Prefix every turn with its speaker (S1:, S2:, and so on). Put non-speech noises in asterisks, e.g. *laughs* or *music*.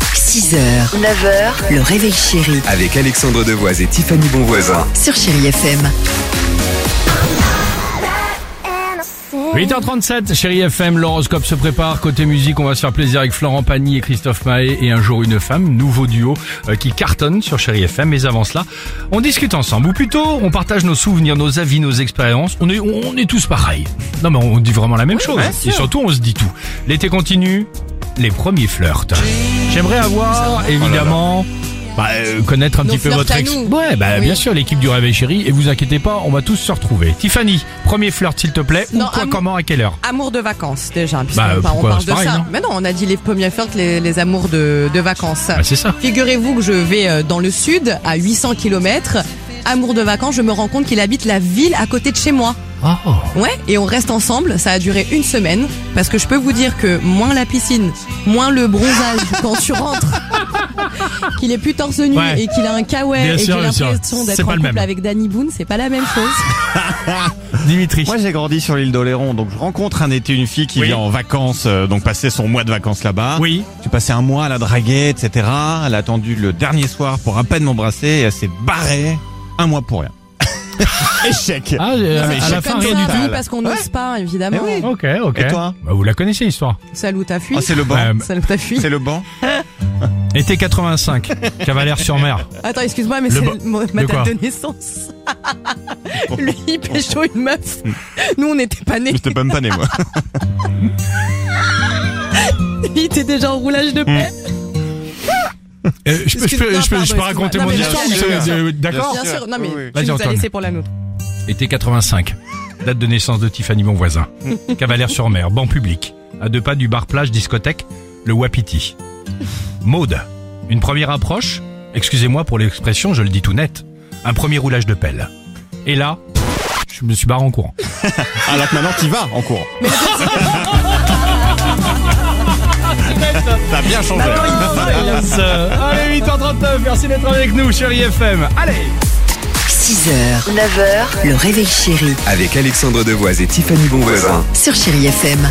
S1: 6h, 9h, le réveil chéri
S2: Avec Alexandre Devoise et Tiffany Bonvoisin.
S1: sur Chéri FM.
S3: 8h37, chérie FM, l'horoscope se prépare. Côté musique, on va se faire plaisir avec Florent Pagny et Christophe Mahé et Un jour une femme, nouveau duo euh, qui cartonne sur chérie FM. Mais avant cela, on discute ensemble. Ou plutôt, on partage nos souvenirs, nos avis, nos expériences. On est, on est tous pareils. Non mais on dit vraiment la même chose. Et surtout, on se dit tout. L'été continue, les premiers flirts. J'aimerais avoir, évidemment... bah, euh, connaître un petit peu
S4: flirts
S3: votre
S4: à
S3: ex.
S4: nous.
S3: Ouais, bah
S4: Oui.
S3: bien sûr, l'équipe du Réveil Chéri. Et vous inquiétez pas, on va tous se retrouver. Tiffany, premier flirt s'il te plaît.
S4: Non,
S3: ou quoi,
S4: à mon-
S3: comment, à quelle heure
S4: Amour de vacances déjà, puisqu'on
S3: Bah,
S4: par- on
S3: pourquoi
S4: parle
S3: C'est
S4: de
S3: pareil,
S4: ça.
S3: non
S4: Mais non, on a dit les premiers flirts, les, les amours de, de vacances.
S3: Bah, c'est ça.
S4: Figurez-vous que je vais euh, dans le sud, à 800 km. Amour de vacances, je me rends compte qu'il habite la ville à côté de chez moi. Ouais, et on reste ensemble. Ça a duré une semaine parce que je peux vous dire que moins la piscine, moins le bronzage *laughs* quand tu rentres, *laughs* qu'il est plus torse nu
S3: Ouais.
S4: et qu'il a un
S3: Bien
S4: kawaii et
S3: sûr,
S4: qu'il a
S3: bien sûr.
S4: l'impression
S3: C'est
S4: d'être
S3: pas
S4: en
S3: le
S4: couple
S3: même.
S4: avec Danny Boone, c'est pas la même chose.
S3: Dimitri.
S5: Moi j'ai grandi sur l'île d'Oléron, donc je rencontre un été une fille qui
S3: Oui.
S5: vient en vacances, euh, donc passer son mois de vacances là-bas.
S3: Oui.
S5: J'ai passé un mois à la draguer, etc. Elle a attendu le dernier soir pour à peine m'embrasser et elle s'est barrée un mois pour rien. *laughs* Échec.
S3: Ah,
S4: Mais
S3: euh,
S4: c'est
S3: à la
S4: comme
S3: fin, rien
S4: ça,
S3: du
S4: oui,
S3: tout.
S4: parce qu'on n'ose pas évidemment.
S5: Eh oui.
S3: Ok, ok.
S5: Et toi
S3: Bah, Vous la connaissez, l'histoire.
S4: Salut ta fuite.
S5: Oh, c'est le banc.
S3: Euh,
S4: Salut ta fuite.
S5: C'est le banc.
S3: été 85, Cavalère-sur-Mer.
S4: Attends, excuse-moi, mais
S3: Le
S4: c'est
S3: ba-
S4: mo- ma
S3: le quoi
S4: date de
S3: *laughs*
S4: naissance. Lui, il pécho une meuf.
S3: Hmm.
S4: Nous, on n'était pas nés. *laughs*
S5: J'étais pas même pas né moi.
S4: Il était déjà en roulage
S3: Hmm.
S4: de paix.
S3: Euh, je, peux, je, peux,
S4: Excuse-
S3: je peux-
S4: non,
S3: je peux
S4: pardon,
S3: raconter
S4: excuse-moi.
S3: mon
S4: Non, mais
S3: histoire
S4: bien
S3: vous
S5: sûr,
S3: savez,
S5: bien
S3: euh, D'accord
S4: Bien
S5: sûr.
S4: sûr, non mais
S5: Oui, oui.
S4: tu
S3: Vas-y,
S4: nous as
S3: Antoine.
S4: laissé pour la nôtre.
S3: Été 85, date de naissance de Tiffany Bonvoisin. Cavalère-sur-Mer, banc public. À deux pas du bar-plage discothèque, le Wapiti. Maude, une première approche. Excusez-moi pour l'expression, je le dis tout net. Un premier roulage de pelle. Et là, je me suis barré en *laughs* courant.
S5: *laughs* Alors que maintenant t'y vas en cours. *laughs* T'as bien changé.
S3: Allez, 8h39, merci d'être avec nous, chérie FM. Allez
S1: 6h, 9h, le réveil chéri
S2: Avec Alexandre Devoise et Tiffany Bonvoisin.
S1: sur Chéri FM.